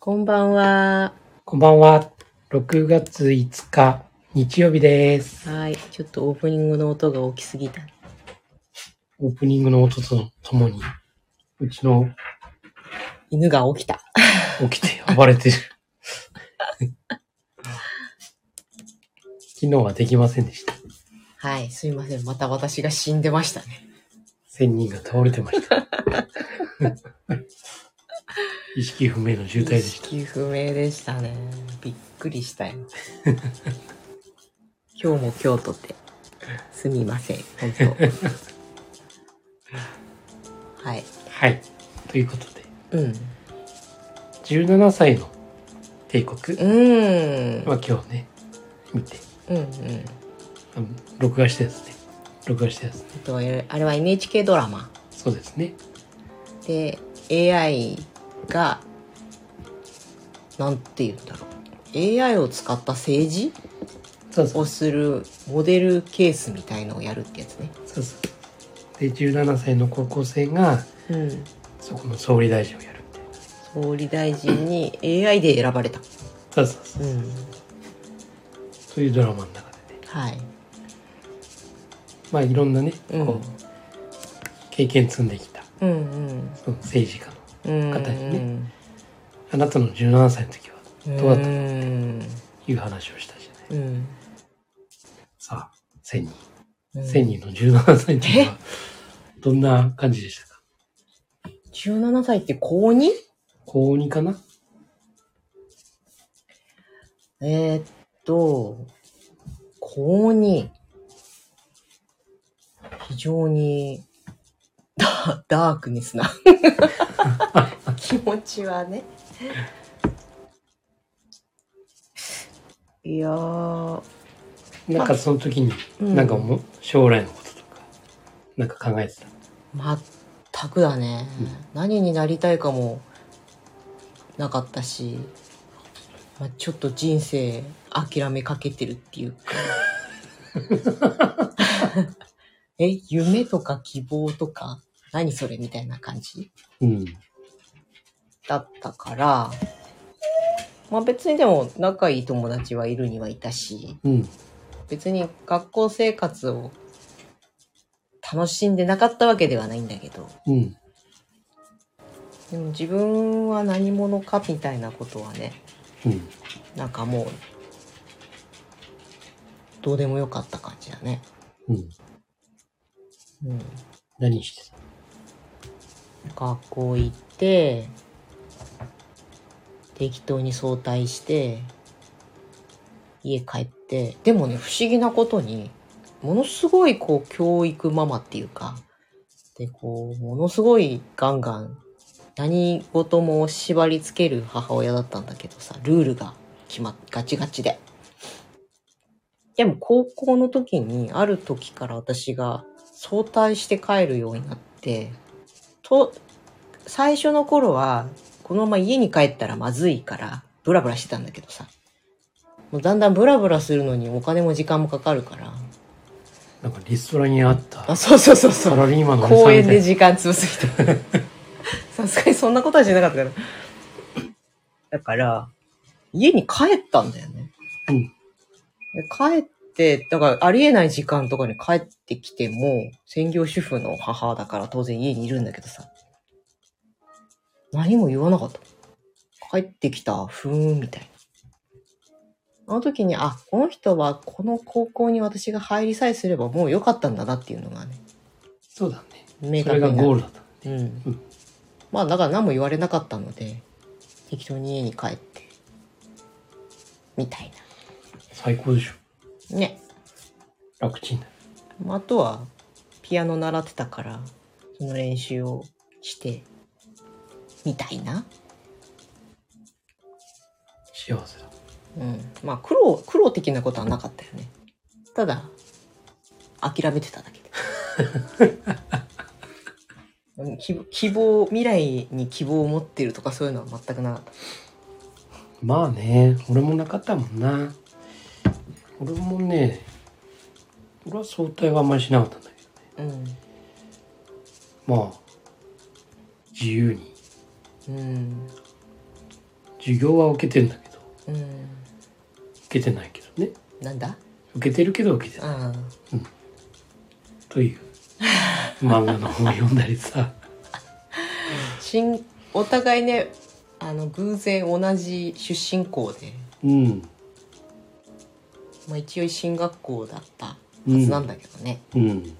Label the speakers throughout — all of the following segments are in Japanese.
Speaker 1: こんばんは。
Speaker 2: こんばんは。6月5日、日曜日です。
Speaker 1: はい。ちょっとオープニングの音が大きすぎた。
Speaker 2: オープニングの音とともに、うちの
Speaker 1: 犬が起きた。
Speaker 2: 起きて暴れてる。昨日はできませんでした。
Speaker 1: はい。すいません。また私が死んでましたね。
Speaker 2: 仙人が倒れてました。意識不明の重体で
Speaker 1: 意
Speaker 2: した。
Speaker 1: 識不明でしたね。びっくりしたよ。今日も今日とって。すみません。本当。はい。
Speaker 2: はい。ということで、
Speaker 1: うん。
Speaker 2: 17歳の帝国
Speaker 1: うーん。
Speaker 2: は今日ね、見て、
Speaker 1: うんうん。
Speaker 2: あの録画したやつね。録画したやつね。
Speaker 1: あとは、あれは NHK ドラマ。
Speaker 2: そうですね。
Speaker 1: で AI がなんて言うんだろう AI を使った政治
Speaker 2: そうそう
Speaker 1: を。するモデルケースみたいのをやるってやつね。
Speaker 2: そうそう。で、17歳の高校生が、
Speaker 1: うん、
Speaker 2: そこの総理大臣をやるみたいな。
Speaker 1: 総理大臣に AI で選ばれた。
Speaker 2: そうそうそう。
Speaker 1: うん、
Speaker 2: というドラマの中でね。
Speaker 1: はい。
Speaker 2: まあ、いろんなね、
Speaker 1: うん
Speaker 2: こう、経験積んできた、
Speaker 1: うんうん。
Speaker 2: その政治家の。
Speaker 1: うん
Speaker 2: 方にねあなたの17歳の時は、どうだった
Speaker 1: うん
Speaker 2: という話をしたじゃない。
Speaker 1: うん。
Speaker 2: さあ、千人。
Speaker 1: うん
Speaker 2: 千人の17歳の時は、どんな感じでしたか
Speaker 1: 17歳って高 2?
Speaker 2: 高2かな
Speaker 1: えーっと、高2。非常にダ、 ダークネスな気持ちはね。いやー、
Speaker 2: なんかその時に、
Speaker 1: うん
Speaker 2: なんかもう将来のこととか、なんか考えてた。
Speaker 1: 全くだね。何になりたいかもなかったし、まあ、ちょっと人生諦めかけてるっていうか。 え、夢とか希望とか、何それみたいな感じ
Speaker 2: うん。
Speaker 1: だったから、まあ別にでも仲いい友達はいるにはいたし、
Speaker 2: うん。
Speaker 1: 別に学校生活を楽しんでなかったわけではないんだけど、
Speaker 2: うん。
Speaker 1: でも自分は何者かみたいなことはね
Speaker 2: うん。
Speaker 1: なんかもうどうでもよかった感じだね、
Speaker 2: うん。
Speaker 1: うん、
Speaker 2: 何してた
Speaker 1: 学校行って適当に早退して家帰ってでもね不思議なことにものすごいこう教育ママっていうかでこうものすごいガンガン何事も縛りつける母親だったんだけどさルールが決まっガチガチで。でも高校の時にある時から私が早退して帰るようになってと最初の頃はこのまま家に帰ったらまずいからブラブラしてたんだけどさもうだんだんブラブラするのにお金も時間もかかるから
Speaker 2: なんかリストラにあった。
Speaker 1: あそうそうそうそ
Speaker 2: サ
Speaker 1: う
Speaker 2: ラリーマンのおじさ
Speaker 1: 公
Speaker 2: んみ
Speaker 1: 園
Speaker 2: たい
Speaker 1: で
Speaker 2: な。
Speaker 1: 時間潰 すみたいなさすがにそんなことはしなかったからだから家に帰ったんだよね
Speaker 2: うん
Speaker 1: で帰ってだからありえない時間とかに帰ってきても専業主婦の母だから当然家にいるんだけどさ何も言わなかった帰ってきたふーんみたいなあの時にあこの人はこの高校に私が入りさえすればもう良かったんだなっていうのがね
Speaker 2: そうだね。
Speaker 1: 明
Speaker 2: そ
Speaker 1: 確
Speaker 2: れ
Speaker 1: にな
Speaker 2: が
Speaker 1: る
Speaker 2: ゴールだった。
Speaker 1: うん
Speaker 2: うん
Speaker 1: まあだから何も言われなかったので適当に家に帰ってみたい
Speaker 2: 最高でしょ。
Speaker 1: なね、
Speaker 2: 楽ちんだ。
Speaker 1: まあ、あとはピアノ習ってたからその練習をしてみたいな、
Speaker 2: 幸せだ。
Speaker 1: うん、まあ苦労苦労的なことはなかったよねただ諦めてただけでうん 希希望未来に希望を持ってるとかそういうのは全くなかった
Speaker 2: まあね、俺もなかったもんな。俺もね、俺は早退はあんまりしなかったんだけどね。
Speaker 1: うん
Speaker 2: まあ、自由に
Speaker 1: うん
Speaker 2: 授業は受けてんだけど
Speaker 1: うん
Speaker 2: 受けてないけどね
Speaker 1: なんだ
Speaker 2: 受けてるけど受けてない
Speaker 1: あ
Speaker 2: という漫画の本を読んだりさ
Speaker 1: あしんお互いねあの偶然同じ出身校で、
Speaker 2: うん
Speaker 1: まあ、一応進学校だったは
Speaker 2: う
Speaker 1: ず
Speaker 2: ん
Speaker 1: なんだけどね
Speaker 2: うんい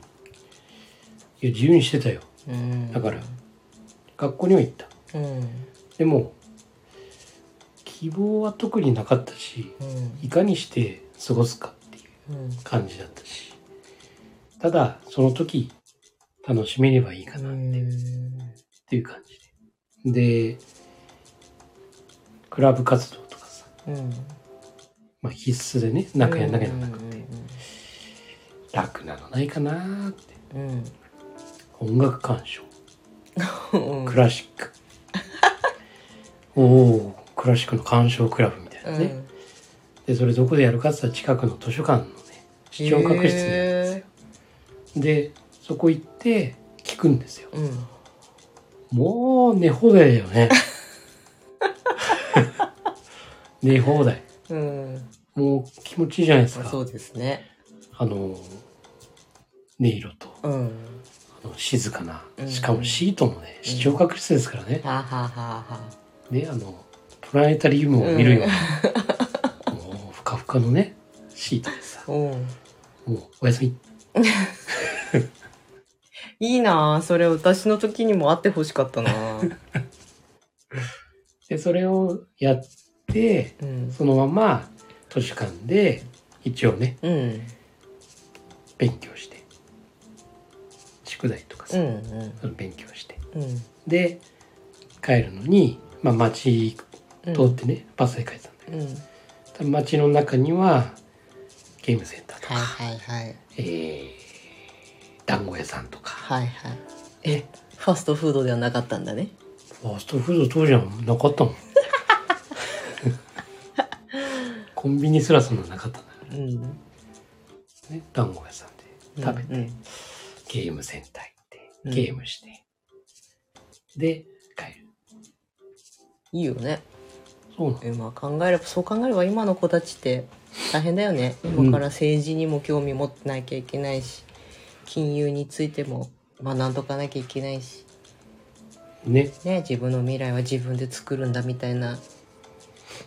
Speaker 2: や自由にしてたよ
Speaker 1: うん
Speaker 2: だから学校には行った
Speaker 1: うんうん
Speaker 2: でも希望は特になかったしいかにして過ごすかっていう
Speaker 1: うん
Speaker 2: 感じだったしただその時楽しめればいいか
Speaker 1: う
Speaker 2: なっ
Speaker 1: ん
Speaker 2: ていう感じででクラブ活動とかさ、
Speaker 1: うん
Speaker 2: まあ、必須でねなんかやんなきゃならなくて
Speaker 1: う
Speaker 2: 楽なのないかなーって
Speaker 1: んうん
Speaker 2: 音楽鑑賞
Speaker 1: うん
Speaker 2: クラシッ クおおクラシックの鑑賞クラブみたいなね、
Speaker 1: うん
Speaker 2: でそれどこでやるかって言ったら近くの図書館のね視聴覚室でやるんですよ、でそこ行って聞くんですよ
Speaker 1: うん
Speaker 2: もう寝放題だよ ね寝放題
Speaker 1: うん、
Speaker 2: もう気持ちいいじゃないですか
Speaker 1: そうですね。
Speaker 2: あの音色と
Speaker 1: うん。
Speaker 2: あの静かな
Speaker 1: うん
Speaker 2: しかもシートもね、視聴覚室ですからね、
Speaker 1: はあ、はあはあは
Speaker 2: ねあのプラネタリウムを見るような、 もうふかふかのねシートでさ
Speaker 1: あ、うん。
Speaker 2: もうおやすみ
Speaker 1: いいなあそれ私の時にもあってほしかったなあ
Speaker 2: でそれをやって
Speaker 1: うん。
Speaker 2: そのまま図書館で一応ね
Speaker 1: うん。うん
Speaker 2: 勉強して宿題とか
Speaker 1: う
Speaker 2: さ、
Speaker 1: ん。
Speaker 2: その勉強して
Speaker 1: うん。
Speaker 2: で帰るのに、まあ、街
Speaker 1: うん。
Speaker 2: 通ってね、バスで帰ってたんだけ
Speaker 1: うん。
Speaker 2: ど多分街の中にはゲームセンターとか、
Speaker 1: はいはいはい。
Speaker 2: えー団子屋さんとか
Speaker 1: はいはい。
Speaker 2: え
Speaker 1: ファストフードではなかったんだね。
Speaker 2: ファーストフード当時はな かったもんコンビニすらそんななかったんだか
Speaker 1: うん。
Speaker 2: らね団子屋さんで食べて、
Speaker 1: うん
Speaker 2: ゲームセンター
Speaker 1: うん
Speaker 2: 行ってゲームして、で帰る
Speaker 1: いいよね。
Speaker 2: そうなの
Speaker 1: えまあ考えれば、そう考えれば今の子たちって大変だよね。今から政治にも興味持ってなきゃいけないし、金融についても学んどかなきゃいけないし。
Speaker 2: ね
Speaker 1: ね、自分の未来は自分で作るんだみたいな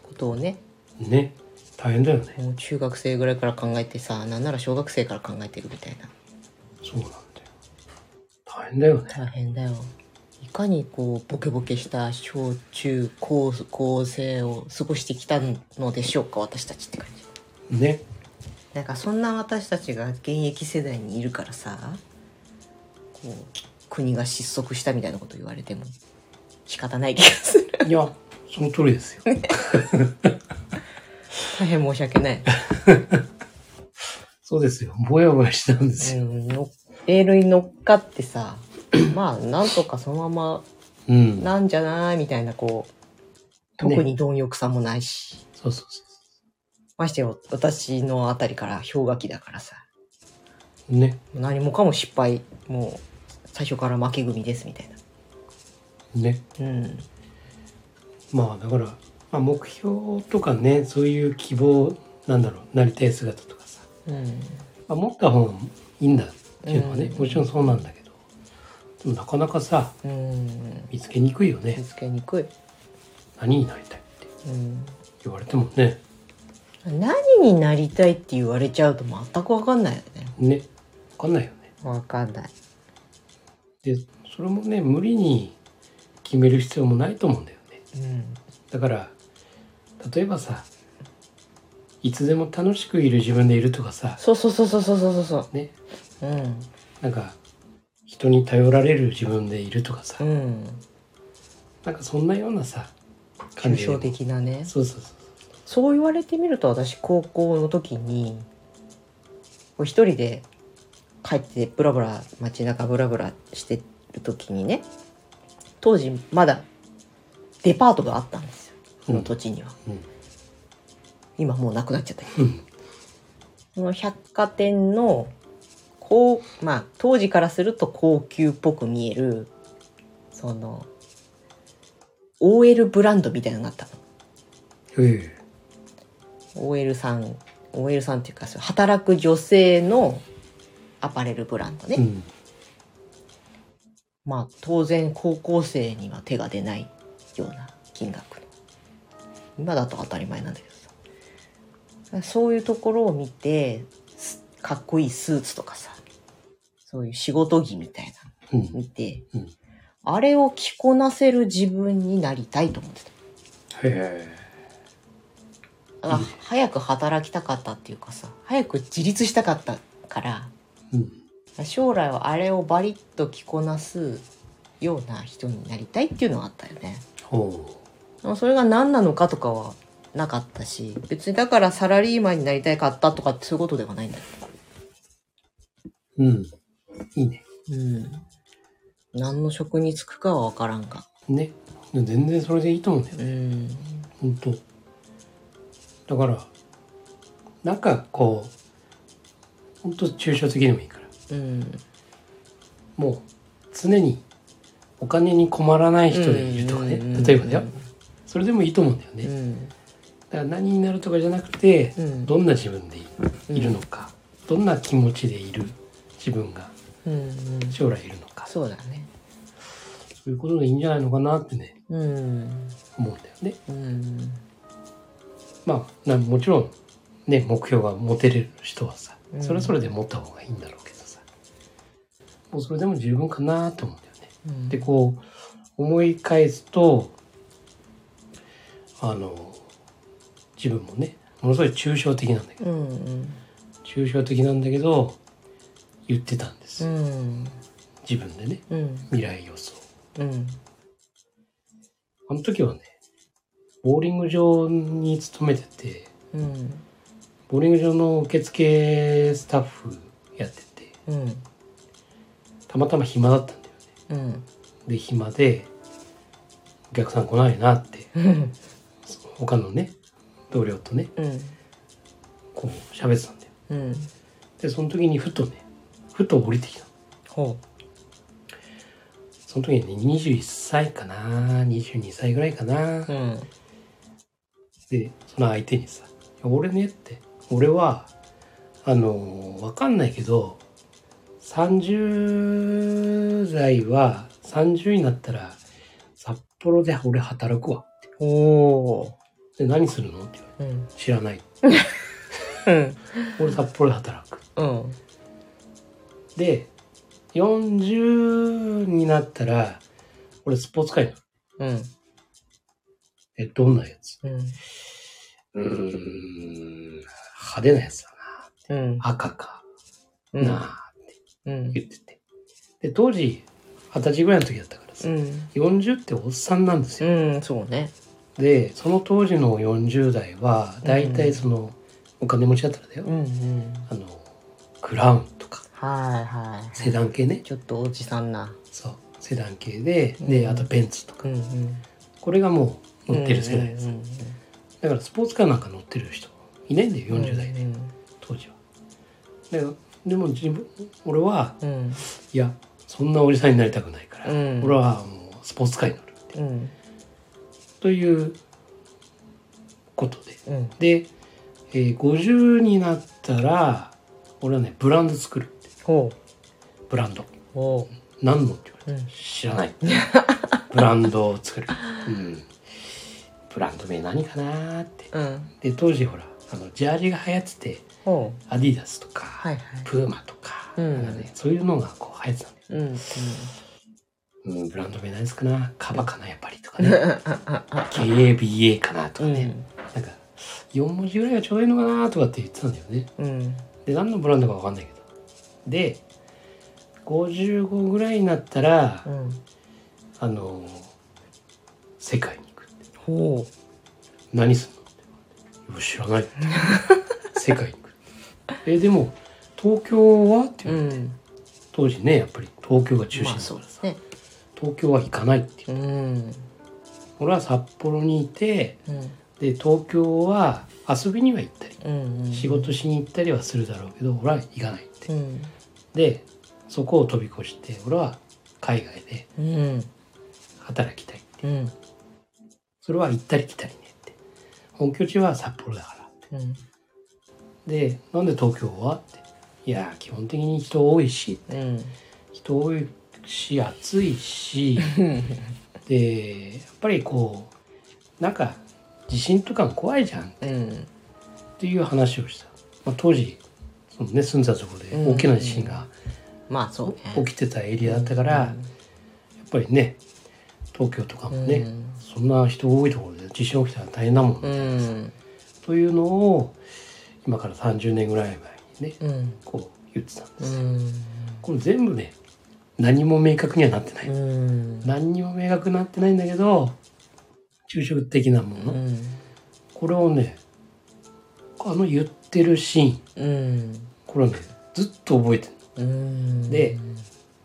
Speaker 1: ことをね
Speaker 2: ね大変だよね
Speaker 1: もう中学生ぐらいから考えてさなんなら小学生から考えてるみたいな
Speaker 2: そうなんだよ大変だよね
Speaker 1: 大変だよいかにこうボケボケした小中高高生を過ごしてきたのでしょうか私たちって感じ
Speaker 2: ね
Speaker 1: なんかそんな私たちが現役世代にいるからさこう国が失速したみたいなこと言われても仕方ない気がす る
Speaker 2: いやその通りですよ
Speaker 1: 大変申し訳ない
Speaker 2: そうですよぼやぼやしたんですよ
Speaker 1: うん、のレールに乗っかってさまあなんとかそのま
Speaker 2: うん
Speaker 1: まなんじゃないみたいなこう特に貪欲さもないし、
Speaker 2: そうそうそ
Speaker 1: ましてよ私のあたりから氷河期だからさ
Speaker 2: うね
Speaker 1: 何もかも失敗もう最初から負け組ですみたい
Speaker 2: ね
Speaker 1: なうん
Speaker 2: まあだから、まあ、目標とかねそういう希望なんだろうなりたい姿とかさ、
Speaker 1: うん
Speaker 2: まあ、持った方がいいんだっていうのはね、
Speaker 1: うん
Speaker 2: もちろんそうなんだけどでもなかなかさ
Speaker 1: うん
Speaker 2: 見つけにくいよ
Speaker 1: 見
Speaker 2: ね
Speaker 1: つけにくい、
Speaker 2: 何になりたいって
Speaker 1: うん、
Speaker 2: 言われてもね
Speaker 1: 何になりたいって言われちゃうと全く分かんないよね
Speaker 2: ね分かんないよね
Speaker 1: 分かんない
Speaker 2: でそれもね無理に決める必要もないと思うんだよね
Speaker 1: うん
Speaker 2: だから例えばさいつでも楽しくいる自分でいるとかさ
Speaker 1: そうそうそうそうそうそうそ
Speaker 2: ね
Speaker 1: ううん
Speaker 2: なんか人に頼られる自分でいるとかさ、
Speaker 1: うん
Speaker 2: なんかそんなようなさ感
Speaker 1: 抽
Speaker 2: じで
Speaker 1: 象的なね
Speaker 2: そうそうそう
Speaker 1: そう言われてみると私高校の時にこう一人で帰ってブラブラ街中ブラブラしてる時にね当時まだデパートがあったんですよその土地には、
Speaker 2: うんうん
Speaker 1: 今もうなくなっちゃったけど
Speaker 2: うん
Speaker 1: その百貨店のこうまあ当時からすると高級っぽく見えるその OL ブランドみたいなのがあったの
Speaker 2: え
Speaker 1: OL さん OL さんっていうかそう働く女性のアパレルブランドね、
Speaker 2: えうん
Speaker 1: まあ当然高校生には手が出ないような金額の今だと当たり前なんだけどさそういうところを見てすかっこいいスーツとかさそういう仕事着みたいな
Speaker 2: う
Speaker 1: の
Speaker 2: ん
Speaker 1: 見て、
Speaker 2: うん
Speaker 1: あれを着こなせる自分になりたいと思ってた
Speaker 2: へえ
Speaker 1: だから早く働きたかったっていうかさ早く自立したかったから
Speaker 2: うん
Speaker 1: 将来はあれをバリッと着こなすような人になりたいっていうのはあったよね
Speaker 2: ほ
Speaker 1: でもそれが何なのかとかはなかったし別にだからサラリーマンになりたいかったとかってそういうことではないんだよ
Speaker 2: ううんいいね
Speaker 1: うん何の職に就くかは分からんが
Speaker 2: ね全然それでいいと思うんだよ
Speaker 1: うん
Speaker 2: 本当だからなんかこう本当抽象的でもいいから
Speaker 1: うん
Speaker 2: もう常にお金に困らない人でいるとかね例えばだよそれでもいいと思うんだよね
Speaker 1: う
Speaker 2: だ
Speaker 1: ん
Speaker 2: から何になるとかじゃなくて
Speaker 1: うん
Speaker 2: どんな自分で
Speaker 1: うん
Speaker 2: いるのかどんな気持ちでいる自分が
Speaker 1: うんうん
Speaker 2: 将来いるのか
Speaker 1: そうだね
Speaker 2: そういうことでいいんじゃないのかなってね
Speaker 1: うん
Speaker 2: 思うんだよね
Speaker 1: うん
Speaker 2: まあなもちろんね目標が持てれる人はさ
Speaker 1: うん
Speaker 2: それぞれで持った方がいいんだろうけどさもうそれでも十分かなと思うんだよね
Speaker 1: うん
Speaker 2: でこう思い返すとあの自分もねものすごい抽象的なんだけど
Speaker 1: うんうん
Speaker 2: 抽象的なんだけど言ってたんで
Speaker 1: う
Speaker 2: す
Speaker 1: ん
Speaker 2: 自分でね
Speaker 1: うん
Speaker 2: 未来予想
Speaker 1: うん
Speaker 2: あの時はねボーリング場に勤めてて
Speaker 1: うん
Speaker 2: ボーリング場の受付スタッフやってて
Speaker 1: うん
Speaker 2: たまたま暇だったんだよね
Speaker 1: うん
Speaker 2: で暇でお客さん来ないなって
Speaker 1: うん
Speaker 2: その他のね同僚とね
Speaker 1: うん
Speaker 2: こう喋ってたんだよ
Speaker 1: うん
Speaker 2: でその時にふとねふと降りてきたの
Speaker 1: ほ
Speaker 2: その時にね21歳かな22歳ぐらいかな
Speaker 1: ううん
Speaker 2: でその相手にさいや「俺ね」って「俺はあのわかんないけど30代は30になったら札幌で俺働くわ
Speaker 1: おお
Speaker 2: で何するの?」って言
Speaker 1: う
Speaker 2: われて
Speaker 1: ん
Speaker 2: 「知らない
Speaker 1: うん
Speaker 2: 俺札幌で働く
Speaker 1: うん」
Speaker 2: で40になったら俺スポーツ界の
Speaker 1: うん
Speaker 2: えどんなやつ
Speaker 1: うん
Speaker 2: うーん派手なやつだ
Speaker 1: うん
Speaker 2: な赤か
Speaker 1: うん
Speaker 2: なあ
Speaker 1: うん
Speaker 2: 言ってて。で、当時、二十歳ぐらいの時だったからさ、40っておっさんなんですよ。
Speaker 1: うんそうね
Speaker 2: で、その当時の40代は、だいたいその、お金持ちだったらだよ、
Speaker 1: うんうん
Speaker 2: あの、クラウンとか、
Speaker 1: はいはい
Speaker 2: セダン系ね。
Speaker 1: ちょっとおじさんな
Speaker 2: そう、セダン系で、
Speaker 1: うん
Speaker 2: で、あとベンツとか。
Speaker 1: んうん
Speaker 2: これがもう乗ってる世代です。
Speaker 1: うん
Speaker 2: だからスポーツカーなんか乗ってる人いないんだよ、40代で、当時は。ででも自分、俺は、
Speaker 1: うん
Speaker 2: いや、そんなおじさんになりたくないから、
Speaker 1: うん
Speaker 2: 俺はもうスポーツカーに乗るって。
Speaker 1: うん
Speaker 2: ということで
Speaker 1: うん
Speaker 2: で、えー50になったら俺はねブランド作るって
Speaker 1: ほ
Speaker 2: ブランド
Speaker 1: うほ
Speaker 2: 何のって言われ
Speaker 1: う
Speaker 2: て
Speaker 1: うん
Speaker 2: 知らないブランドを 作る、うん、ブランド名何かなーって
Speaker 1: うん
Speaker 2: で当時ほらあのジャージが流行ってて
Speaker 1: ほう
Speaker 2: アディダスとか、
Speaker 1: はいはい
Speaker 2: プーマとか,、
Speaker 1: うん
Speaker 2: なんかね、そういうのがこう流行ってたんだ
Speaker 1: う
Speaker 2: よ、
Speaker 1: んうん
Speaker 2: うん、ブランド名何ですかなカバかなやっぱりとかね KABA かなとかね、なんか4文字ぐらいがちょうどいいのかなとかって言ってたんだよね
Speaker 1: うん
Speaker 2: で何のブランドか分かんないけどで55ぐらいになったら、
Speaker 1: うん
Speaker 2: あの世界に行くって
Speaker 1: ほ
Speaker 2: 何すんのっていや知らないって 世界に行くえでも東京はっていう、
Speaker 1: ん
Speaker 2: 当時ねやっぱり東京が中
Speaker 1: ま
Speaker 2: 心
Speaker 1: あ
Speaker 2: だか
Speaker 1: そう
Speaker 2: ら
Speaker 1: で
Speaker 2: さ、
Speaker 1: すね
Speaker 2: 東京は行かないっていう
Speaker 1: うん
Speaker 2: 俺は札幌にいて
Speaker 1: うん
Speaker 2: で東京は遊びには行ったり
Speaker 1: うん
Speaker 2: 仕事しに行ったりはするだろうけど俺は行かないって
Speaker 1: うん
Speaker 2: でそこを飛び越して俺は海外で
Speaker 1: うん
Speaker 2: 働きたい
Speaker 1: うん
Speaker 2: それは行ったり来たりねって本拠地は札幌だからって。
Speaker 1: うん
Speaker 2: で、なんで東京はって。いや、基本的に人多いし、
Speaker 1: うん
Speaker 2: 人多いし、暑いし、で、やっぱりこう、なんか、地震とかも怖いじゃんっ
Speaker 1: うん
Speaker 2: ていう話をした。まあ、当時、そのね、住んでたところ
Speaker 1: うん
Speaker 2: で大きな地震が
Speaker 1: まあそうね
Speaker 2: 起きてたエリアだったから、やっぱりね、東京とかもね、
Speaker 1: うん
Speaker 2: そんな人多いところで地震起きたら大変だもん、
Speaker 1: う
Speaker 2: ね
Speaker 1: ん
Speaker 2: というのを今から30年ぐらい前にね
Speaker 1: うん
Speaker 2: こう言ってたんで
Speaker 1: う
Speaker 2: す、
Speaker 1: ん
Speaker 2: これ全部ね何も明確にはなってない、
Speaker 1: うん
Speaker 2: 何にも明確になってないんだけど抽象的なもの、
Speaker 1: うん
Speaker 2: これをねあの言ってるシーン
Speaker 1: うん
Speaker 2: これをねずっと覚えてる
Speaker 1: うん
Speaker 2: で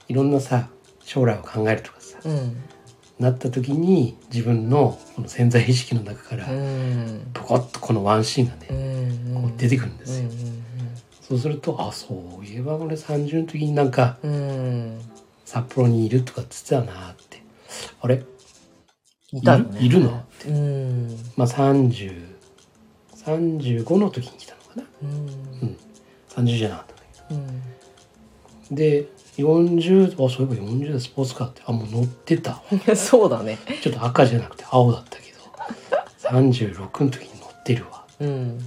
Speaker 2: いろんなさ将来を考えるとかさ
Speaker 1: うん
Speaker 2: なった時に自分のこの潜在意識の中から
Speaker 1: うん
Speaker 2: ポコッとこのワンシーンがね、
Speaker 1: うん
Speaker 2: こう出てくるんですよ、そうするとあそういえば俺30の時になんか
Speaker 1: うんうん
Speaker 2: 札幌にいるとかっつってたなってあれ
Speaker 1: い
Speaker 2: い
Speaker 1: た
Speaker 2: る
Speaker 1: のね
Speaker 2: いるの、
Speaker 1: うん
Speaker 2: まあ、3035の時に来たのかな
Speaker 1: うん
Speaker 2: 30じゃなかったんだけ
Speaker 1: うん
Speaker 2: どで40あそういえば40でスポーツカーってあもう乗ってたわ
Speaker 1: そうだね
Speaker 2: ちょっと赤じゃなくて青だったけど36の時に乗ってるわ
Speaker 1: うん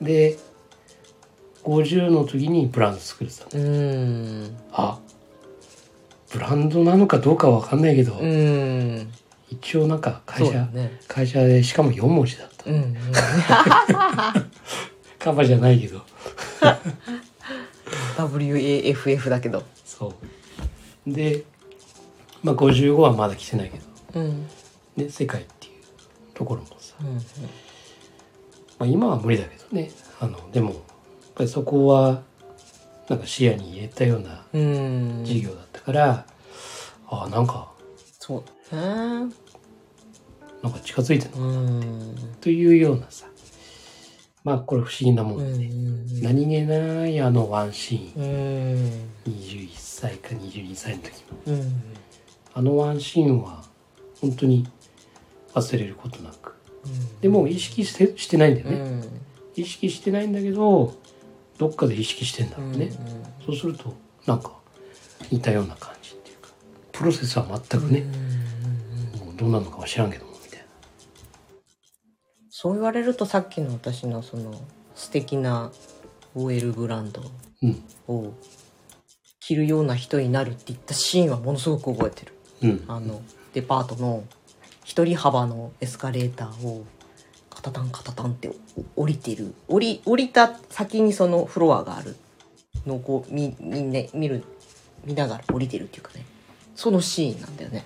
Speaker 2: で50の時にブランド作れてたの
Speaker 1: うん
Speaker 2: あブランドなのかどうかわかんないけど、
Speaker 1: うん
Speaker 2: 一応なんか会
Speaker 1: そう
Speaker 2: 社、
Speaker 1: だね
Speaker 2: 会社でしかも4文字だった
Speaker 1: うんうん
Speaker 2: カバじゃないけど
Speaker 1: WAFF だけど
Speaker 2: そうで、まあ、55はまだ来てないけど、
Speaker 1: うん
Speaker 2: ね、世界っていうところもさ、
Speaker 1: うん
Speaker 2: まあ、今は無理だけどねあのでもやっぱりそこはなんか視野に入れたような
Speaker 1: うん
Speaker 2: 事業だったから、ああなんか
Speaker 1: そうだね
Speaker 2: なんか近づいてるの
Speaker 1: うん
Speaker 2: というようなさまあこれ不思議なもん
Speaker 1: う
Speaker 2: でね、
Speaker 1: ん
Speaker 2: 何気ないあのワンシーン
Speaker 1: うん
Speaker 2: 21歳か22歳の時の
Speaker 1: うん
Speaker 2: あのワンシーンは本当に忘れることなくでもう意識してしてないんだよ
Speaker 1: う
Speaker 2: ね、
Speaker 1: ん
Speaker 2: 意識してないんだけどどっかで意識してんだろう
Speaker 1: う
Speaker 2: ね、
Speaker 1: ん
Speaker 2: そうするとなんか似たような感じっていうかプロセスは全くね、もうどうなのかは知らんけどもみたいな
Speaker 1: そう言われるとさっきの私のその素敵な OL ブランド
Speaker 2: うん
Speaker 1: を着るような人になるって言ったシーンはものすごく覚えてる
Speaker 2: うん
Speaker 1: あのデパートの一人幅のエスカレーターをカタタンカタタンって降りてる降り降りた先にそのフロアがあるのをこう見見,、ね、見る見ながら降りてるっていうかねそのシーンなんだよね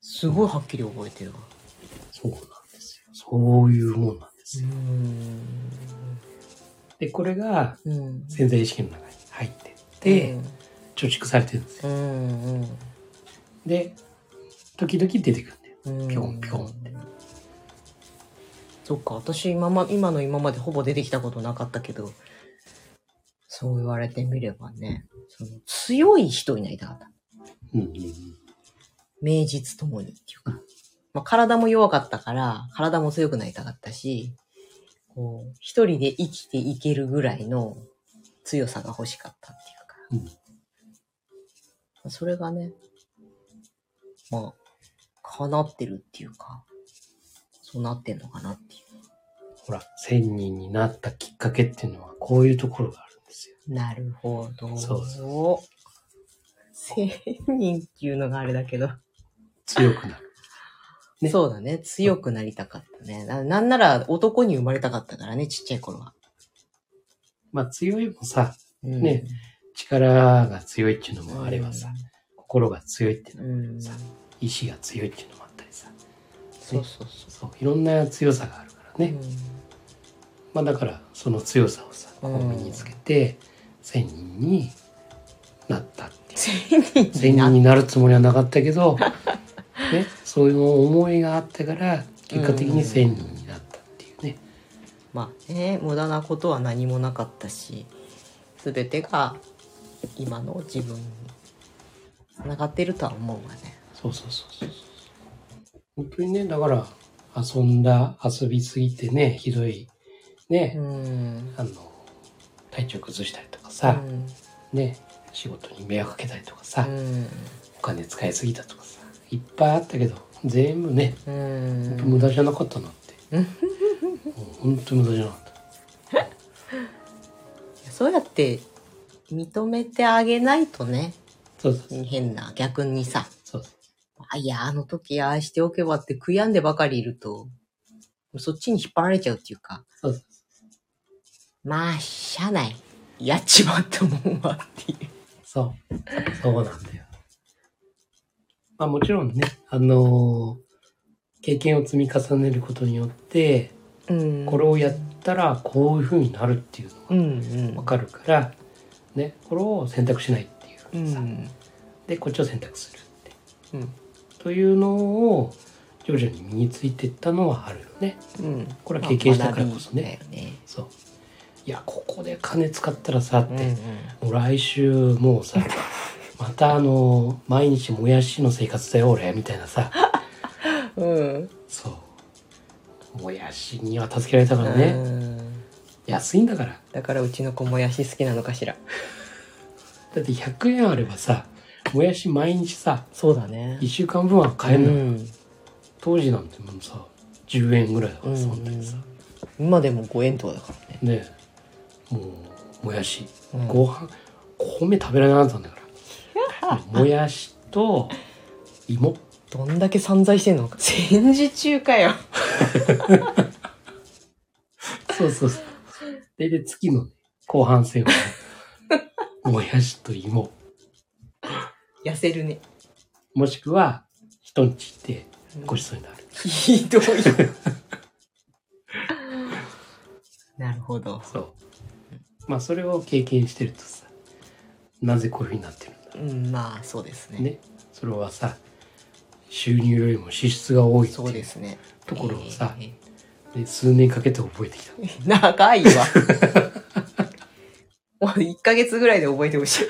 Speaker 1: すごいはっきり覚えてるわ
Speaker 2: そうなんですよそういうもんなんですよ
Speaker 1: ん
Speaker 2: でこれが
Speaker 1: うん
Speaker 2: 潜在意識の中に入ってって、貯蓄されてるんですよ
Speaker 1: うんうん
Speaker 2: で時々出てくる
Speaker 1: う
Speaker 2: んだよ
Speaker 1: ん
Speaker 2: ピョンピョンって
Speaker 1: そっか私今,、ま、今の今までほぼ出てきたことなかったけどそう言われてみればねその強い人になりたかった
Speaker 2: うんうんうん
Speaker 1: 名実ともにっていうか、まあ、体も弱かったから体も強くなりたかったしこう一人で生きていけるぐらいの強さが欲しかったっていうか、それがねまあ叶ってるっていうかそうなってんのかなっていう
Speaker 2: ほら、千人になったきっかけっていうのは、こういうところがあるんですよ。
Speaker 1: なるほど。
Speaker 2: そう
Speaker 1: 千人っていうのがあれだけど。
Speaker 2: 強くなる。 ね
Speaker 1: そうだね。強くなりたかったね。ななんなら男に生まれたかったからね、ちっちゃい頃は。
Speaker 2: まあ、強いもさ、
Speaker 1: うん
Speaker 2: ね力が強いっていうのもあればさ、。心が強いっていう
Speaker 1: う
Speaker 2: のも、
Speaker 1: ん。
Speaker 2: さ意志が強いっていうのもあったりさ、
Speaker 1: そうそうそ
Speaker 2: そう、いろんな強さがあるから
Speaker 1: う。
Speaker 2: ね。まあ、だから、その強さをさ、こ
Speaker 1: う
Speaker 2: うん身につけて、千人になっ たっていう。
Speaker 1: 千人
Speaker 2: 千
Speaker 1: にな
Speaker 2: 人
Speaker 1: っ
Speaker 2: になるつもりはなかったけど、 ね、そういう思いがあったから、結果的に千人になったっていうね。
Speaker 1: まあね、無駄なことは何もなかったし、すべてが今の自分に繋がってるとは思うわね。
Speaker 2: そうそうそうそうそう。本当にね、だから、遊んだ、遊びすぎてね、ひどい、ね、
Speaker 1: うん。
Speaker 2: あの、体調崩したりとかさ、
Speaker 1: うん
Speaker 2: ね、仕事に迷惑かけたりとか
Speaker 1: う
Speaker 2: さ、
Speaker 1: ん
Speaker 2: お金使いすぎたとかさ、いっぱいあったけど、全部ね、
Speaker 1: うん
Speaker 2: 無駄じゃなかったなって。もう本当に無駄じゃなかった。
Speaker 1: そうやって認めてあげないとね、
Speaker 2: そうそうそう。
Speaker 1: 変な、逆にさ、
Speaker 2: そうそう
Speaker 1: あいや、あの時ああしておけばって悔やんでばかりいると、そっちに引っ張られちゃうっていうか、
Speaker 2: そうそう
Speaker 1: まあ、しゃあない。やっちまったもんはっていう。
Speaker 2: そう。そうなんだよ。まあもちろんね、あのー経験を積み重ねることによって、
Speaker 1: うん
Speaker 2: これをやったらこういう風になるっていうの
Speaker 1: うんうん
Speaker 2: がわかるから、ね、これを選択しないっていう
Speaker 1: う
Speaker 2: 風にさ、
Speaker 1: ん
Speaker 2: で、こっちを選択するって。
Speaker 1: うん
Speaker 2: というのを、徐々に身についていったのはあるよね。
Speaker 1: うん
Speaker 2: これは経験したからこそね。
Speaker 1: まあ学びだよね
Speaker 2: そう。いや、ここで金使ったらさ、って、
Speaker 1: う
Speaker 2: もう来週も うさまたあの毎日もやしの生活だよ俺みたいなさ
Speaker 1: んうん
Speaker 2: そうもやしには助けられたから
Speaker 1: う
Speaker 2: ね
Speaker 1: ん
Speaker 2: 安いんだから
Speaker 1: だからうちの子もやし好きなのかしら
Speaker 2: だって100円あればさもやし毎日さ
Speaker 1: そうだね
Speaker 2: 1週間分は買えるの、
Speaker 1: うん
Speaker 2: 当時なんてもうさ10円ぐらいだからさ
Speaker 1: うん
Speaker 2: 本当にさ
Speaker 1: 今でも5円とかだからね
Speaker 2: ねえもうもやし、
Speaker 1: うん
Speaker 2: ご飯米食べられなかったんだから もやしと芋
Speaker 1: どんだけ散財してんのか戦時中かよ
Speaker 2: そうそうそう。大体月のね後半戦はね、 もやしと芋、
Speaker 1: 痩せるね
Speaker 2: もしくは、人んち行ってごちそうになる。
Speaker 1: ひどいなるほど
Speaker 2: そう。まあ、それを経験してるとさ、なぜこういう風になってるん
Speaker 1: う
Speaker 2: だ
Speaker 1: んまあそうですね
Speaker 2: ね。それはさ、収入よりも支出が多いって
Speaker 1: そう
Speaker 2: い
Speaker 1: で
Speaker 2: う
Speaker 1: すね
Speaker 2: ところをさ、
Speaker 1: え
Speaker 2: で数年かけて覚えてきた。
Speaker 1: ー長いわ もう1ヶ月ぐらいで覚えてほしい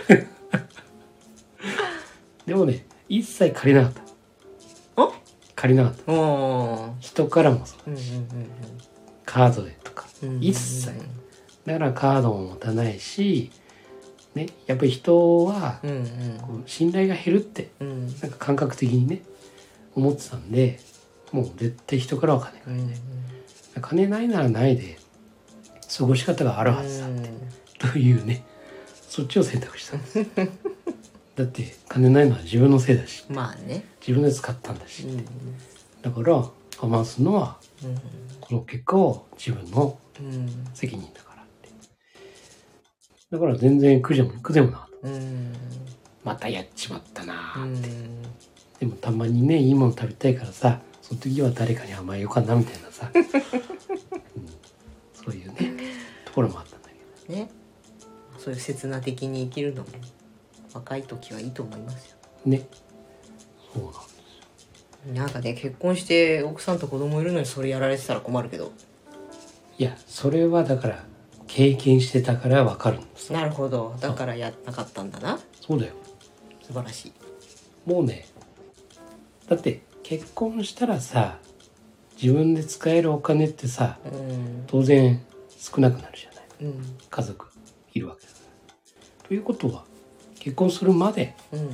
Speaker 2: でもね、一切借りなかった。
Speaker 1: お
Speaker 2: 借りなかった。
Speaker 1: うん
Speaker 2: 人からもそう、
Speaker 1: うんうんうん
Speaker 2: カードでとか、
Speaker 1: うん
Speaker 2: 一切だからカードも持たないし、ね、やっぱり人は
Speaker 1: うん
Speaker 2: こう信頼が減るって
Speaker 1: うんうん
Speaker 2: なんか感覚的にね思ってたんでもう絶対人からは金が
Speaker 1: うん
Speaker 2: 金ないならないで過ごし方があるはずだ、というねそっちを選択したんですよだって金ないのは自分のせいだし
Speaker 1: まあね
Speaker 2: 自分で使ったんだし
Speaker 1: うん
Speaker 2: だから我慢するのはこの結果を自分の
Speaker 1: うん
Speaker 2: 責任だからってだから全然苦でも苦でもなかった
Speaker 1: うん
Speaker 2: またやっちまったな、
Speaker 1: うん
Speaker 2: でもたまにねいいもの食べたいからさその時は誰かに甘えようかなみたいな さ、うん、そういうねところもあったんだけど
Speaker 1: ねそういう刹那的に生きるのも若い時はいいと思いますよ
Speaker 2: ねそうなんです
Speaker 1: なんかね結婚して奥さんと子供いるのにそれやられてたら困るけど
Speaker 2: いやそれはだから経験してたからわかるんです
Speaker 1: なるほどだからやんなかったんだな
Speaker 2: そうだよ
Speaker 1: 素晴らしい
Speaker 2: もうねだって結婚したらさ自分で使えるお金ってさ
Speaker 1: うん
Speaker 2: 当然少なくなるじゃない
Speaker 1: うん
Speaker 2: 家族いるわけだからということは結婚するまで
Speaker 1: うん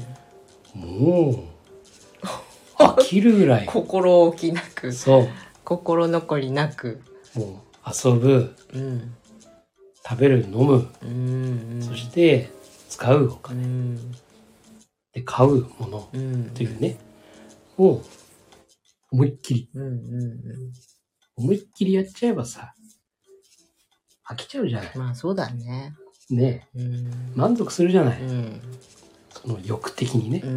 Speaker 2: もう飽きるぐらい
Speaker 1: 心置きなく
Speaker 2: そ
Speaker 1: 心残りなく
Speaker 2: うもう遊ぶ
Speaker 1: うん
Speaker 2: 食べる飲む、
Speaker 1: うんうん
Speaker 2: そして使うお
Speaker 1: う
Speaker 2: 金
Speaker 1: ん
Speaker 2: で買うもの
Speaker 1: うん
Speaker 2: というねもう思いっきり
Speaker 1: うんうん
Speaker 2: 思いっきりやっちゃえばさ飽きちゃうじゃない
Speaker 1: うんまあそうだね
Speaker 2: ねえ
Speaker 1: うん
Speaker 2: 満足するじゃな
Speaker 1: う
Speaker 2: い
Speaker 1: ん
Speaker 2: その欲的にね
Speaker 1: うん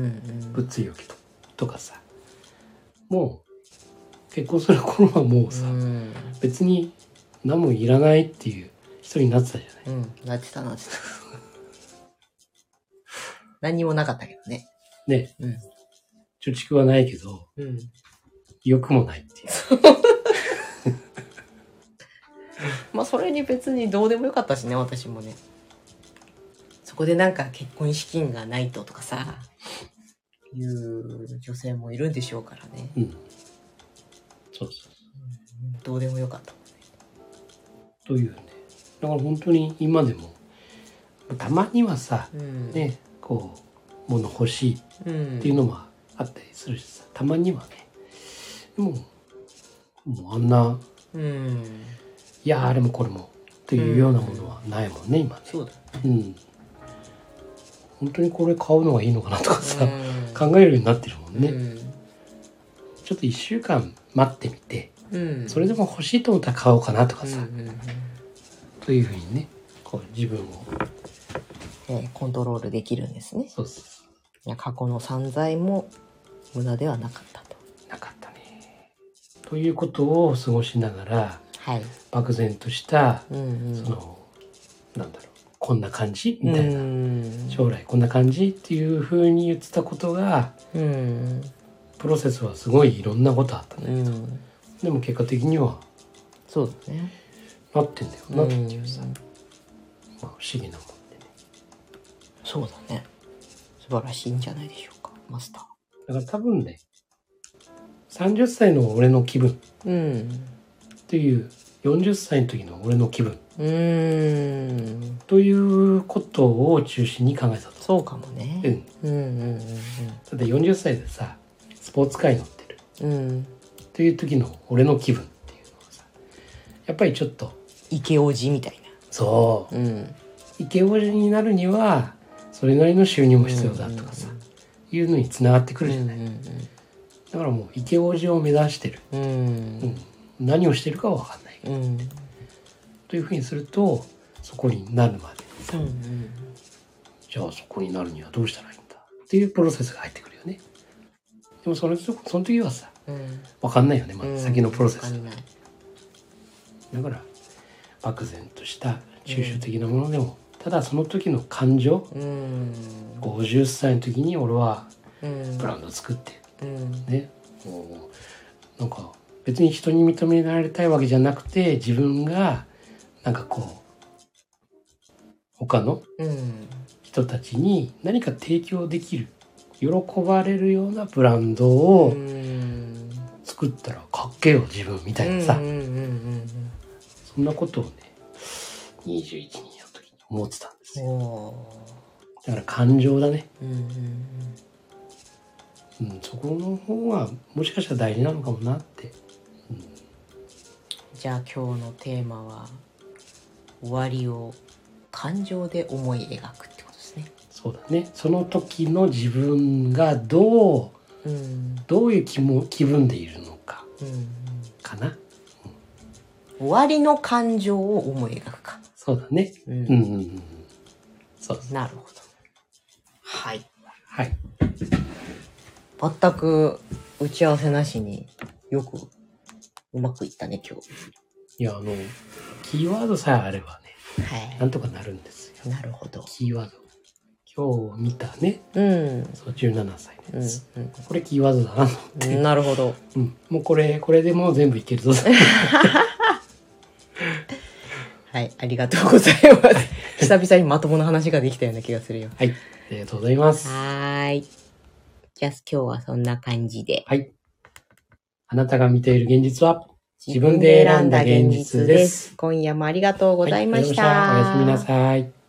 Speaker 1: うん
Speaker 2: 物欲ととかさもう結婚する頃はもうさ
Speaker 1: うん
Speaker 2: 別に何もいらないっていう人になってたじゃない
Speaker 1: うんなってたなってた何もなかったけどね
Speaker 2: ね、
Speaker 1: うん
Speaker 2: 貯蓄はないけど、
Speaker 1: うん
Speaker 2: 欲もないっていう。
Speaker 1: まあそれに別にどうでもよかったしね私もねそこでなんか結婚資金がないととかさいう女性もいるんでしょうからね
Speaker 2: うん。そうそうそう。
Speaker 1: どうでもよかった。
Speaker 2: というねだから本当に今でもたまにはさ
Speaker 1: うん。
Speaker 2: ねこう物欲しい
Speaker 1: うん。
Speaker 2: っていうのもあったりするしさたまにはねでももうあんな
Speaker 1: うん。
Speaker 2: いやあれもこれもっていうようなものはないもんね今ね
Speaker 1: そうだ。
Speaker 2: うん本当にこれ買うのがいいのかなとかさ、
Speaker 1: うん
Speaker 2: 考えるようになってるもんね、
Speaker 1: うん
Speaker 2: ちょっと1週間待ってみて
Speaker 1: うん。
Speaker 2: それでも欲しいと思ったら買おうかなとか
Speaker 1: うんう
Speaker 2: さ、
Speaker 1: んうん
Speaker 2: というふうにねこう自分を
Speaker 1: えーコントロールできるんですね。
Speaker 2: そうそうそ
Speaker 1: いや過去の散財も無駄ではなかったと。
Speaker 2: うなかったねということを過ごしながら
Speaker 1: はい。
Speaker 2: 漠然とした
Speaker 1: うんうん。
Speaker 2: その、なんだろうこんな感じみ
Speaker 1: う
Speaker 2: たいな、
Speaker 1: ん。
Speaker 2: 将来こんな感じっていうふうに言ってたことが
Speaker 1: うん。
Speaker 2: プロセスはすごいいろんなことあったね、
Speaker 1: うん。
Speaker 2: でも結果的には
Speaker 1: そうだね。
Speaker 2: なってんだよなっていうさ、まあ、不思議なもんでね
Speaker 1: そうだね。素晴らしいんじゃないでしょうか、マスター。
Speaker 2: だから多分ね30歳の俺の気分っ
Speaker 1: うん。
Speaker 2: ていう40歳の時の俺の気分
Speaker 1: うーん。
Speaker 2: ということを中心に考えたと。
Speaker 1: そうかも
Speaker 2: う
Speaker 1: ね。
Speaker 2: ん、だ
Speaker 1: うんうん
Speaker 2: って40歳でさスポーツカーに乗って
Speaker 1: う
Speaker 2: る
Speaker 1: んうん。うん。
Speaker 2: という時の俺の気分っていうのはさやっぱりちょっと
Speaker 1: 池王子みたい
Speaker 2: そ
Speaker 1: な。うん。
Speaker 2: うイケオジになるにはそれなりの収入も必要だとかさ、いうのにつながってく
Speaker 1: う
Speaker 2: る
Speaker 1: ん
Speaker 2: じ
Speaker 1: う
Speaker 2: ゃ
Speaker 1: ん
Speaker 2: ない、だからもうイケオジを目指してる、
Speaker 1: うん。う
Speaker 2: うんん、何をしてるかは分かんない
Speaker 1: うん。うん。
Speaker 2: というふうにするとそこになるまで
Speaker 1: うん。
Speaker 2: じゃあそこになるにはどうしたらいいんだっていうプロセスが入ってくるよねでもそのその時はさ
Speaker 1: うん。
Speaker 2: 分かんないよねま
Speaker 1: うん
Speaker 2: だ先のプロセス
Speaker 1: わかんない
Speaker 2: だから漠然とした抽象的なものでも、ただその時の感情
Speaker 1: うん。
Speaker 2: 50歳の時に俺は
Speaker 1: うん。
Speaker 2: ブランド作って
Speaker 1: うん。
Speaker 2: ねもうなんか別に人に認められたいわけじゃなくて自分がなんかこう他の
Speaker 1: うん。
Speaker 2: 人たちに何か提供できる喜ばれるようなブランド
Speaker 1: う
Speaker 2: を
Speaker 1: ん。
Speaker 2: 作ったらかっけえよ自分みたいなさ、
Speaker 1: うんうんうん
Speaker 2: そんなことをね21人の時に思ってたんです
Speaker 1: うん。
Speaker 2: よ
Speaker 1: お
Speaker 2: だから感情だね、
Speaker 1: ーうんうん
Speaker 2: うん、そこの方がもしかしたら大事なのかもなって、うん、
Speaker 1: じゃあ今日のテーマは終わりを感情で思い描くってことですね。
Speaker 2: そうだねその時の自分がどう
Speaker 1: うん、
Speaker 2: どういう気も気分でいるのか
Speaker 1: うん、
Speaker 2: かな
Speaker 1: 終わりの感情を思い描くか。
Speaker 2: そうだね
Speaker 1: う
Speaker 2: うん
Speaker 1: ん、
Speaker 2: うんうんそう
Speaker 1: なるほど。はい。
Speaker 2: はい
Speaker 1: 全く打ち合わせなしによくうまくいったね今日。
Speaker 2: いやあのキーワードさえあればねな
Speaker 1: は
Speaker 2: んとかなるんですよ
Speaker 1: い。なるほど。
Speaker 2: キーワード今日見たね
Speaker 1: うん、うん、
Speaker 2: そう17歳のやつ、
Speaker 1: う
Speaker 2: これキーワードだな、
Speaker 1: ん。なるほど。
Speaker 2: うん、もうこれこれでもう全部いけ るぞ
Speaker 1: はい、ありがとうござい ます。久々にまともな話ができたような気がするよ。
Speaker 2: はいありがとうございます
Speaker 1: はーい。じゃあ今日はそんな感じで。
Speaker 2: はいあなたが見ている現実は自分で選んだ現実です
Speaker 1: 今夜もありがとうございました。
Speaker 2: はいありがとうございましたおやすみなさい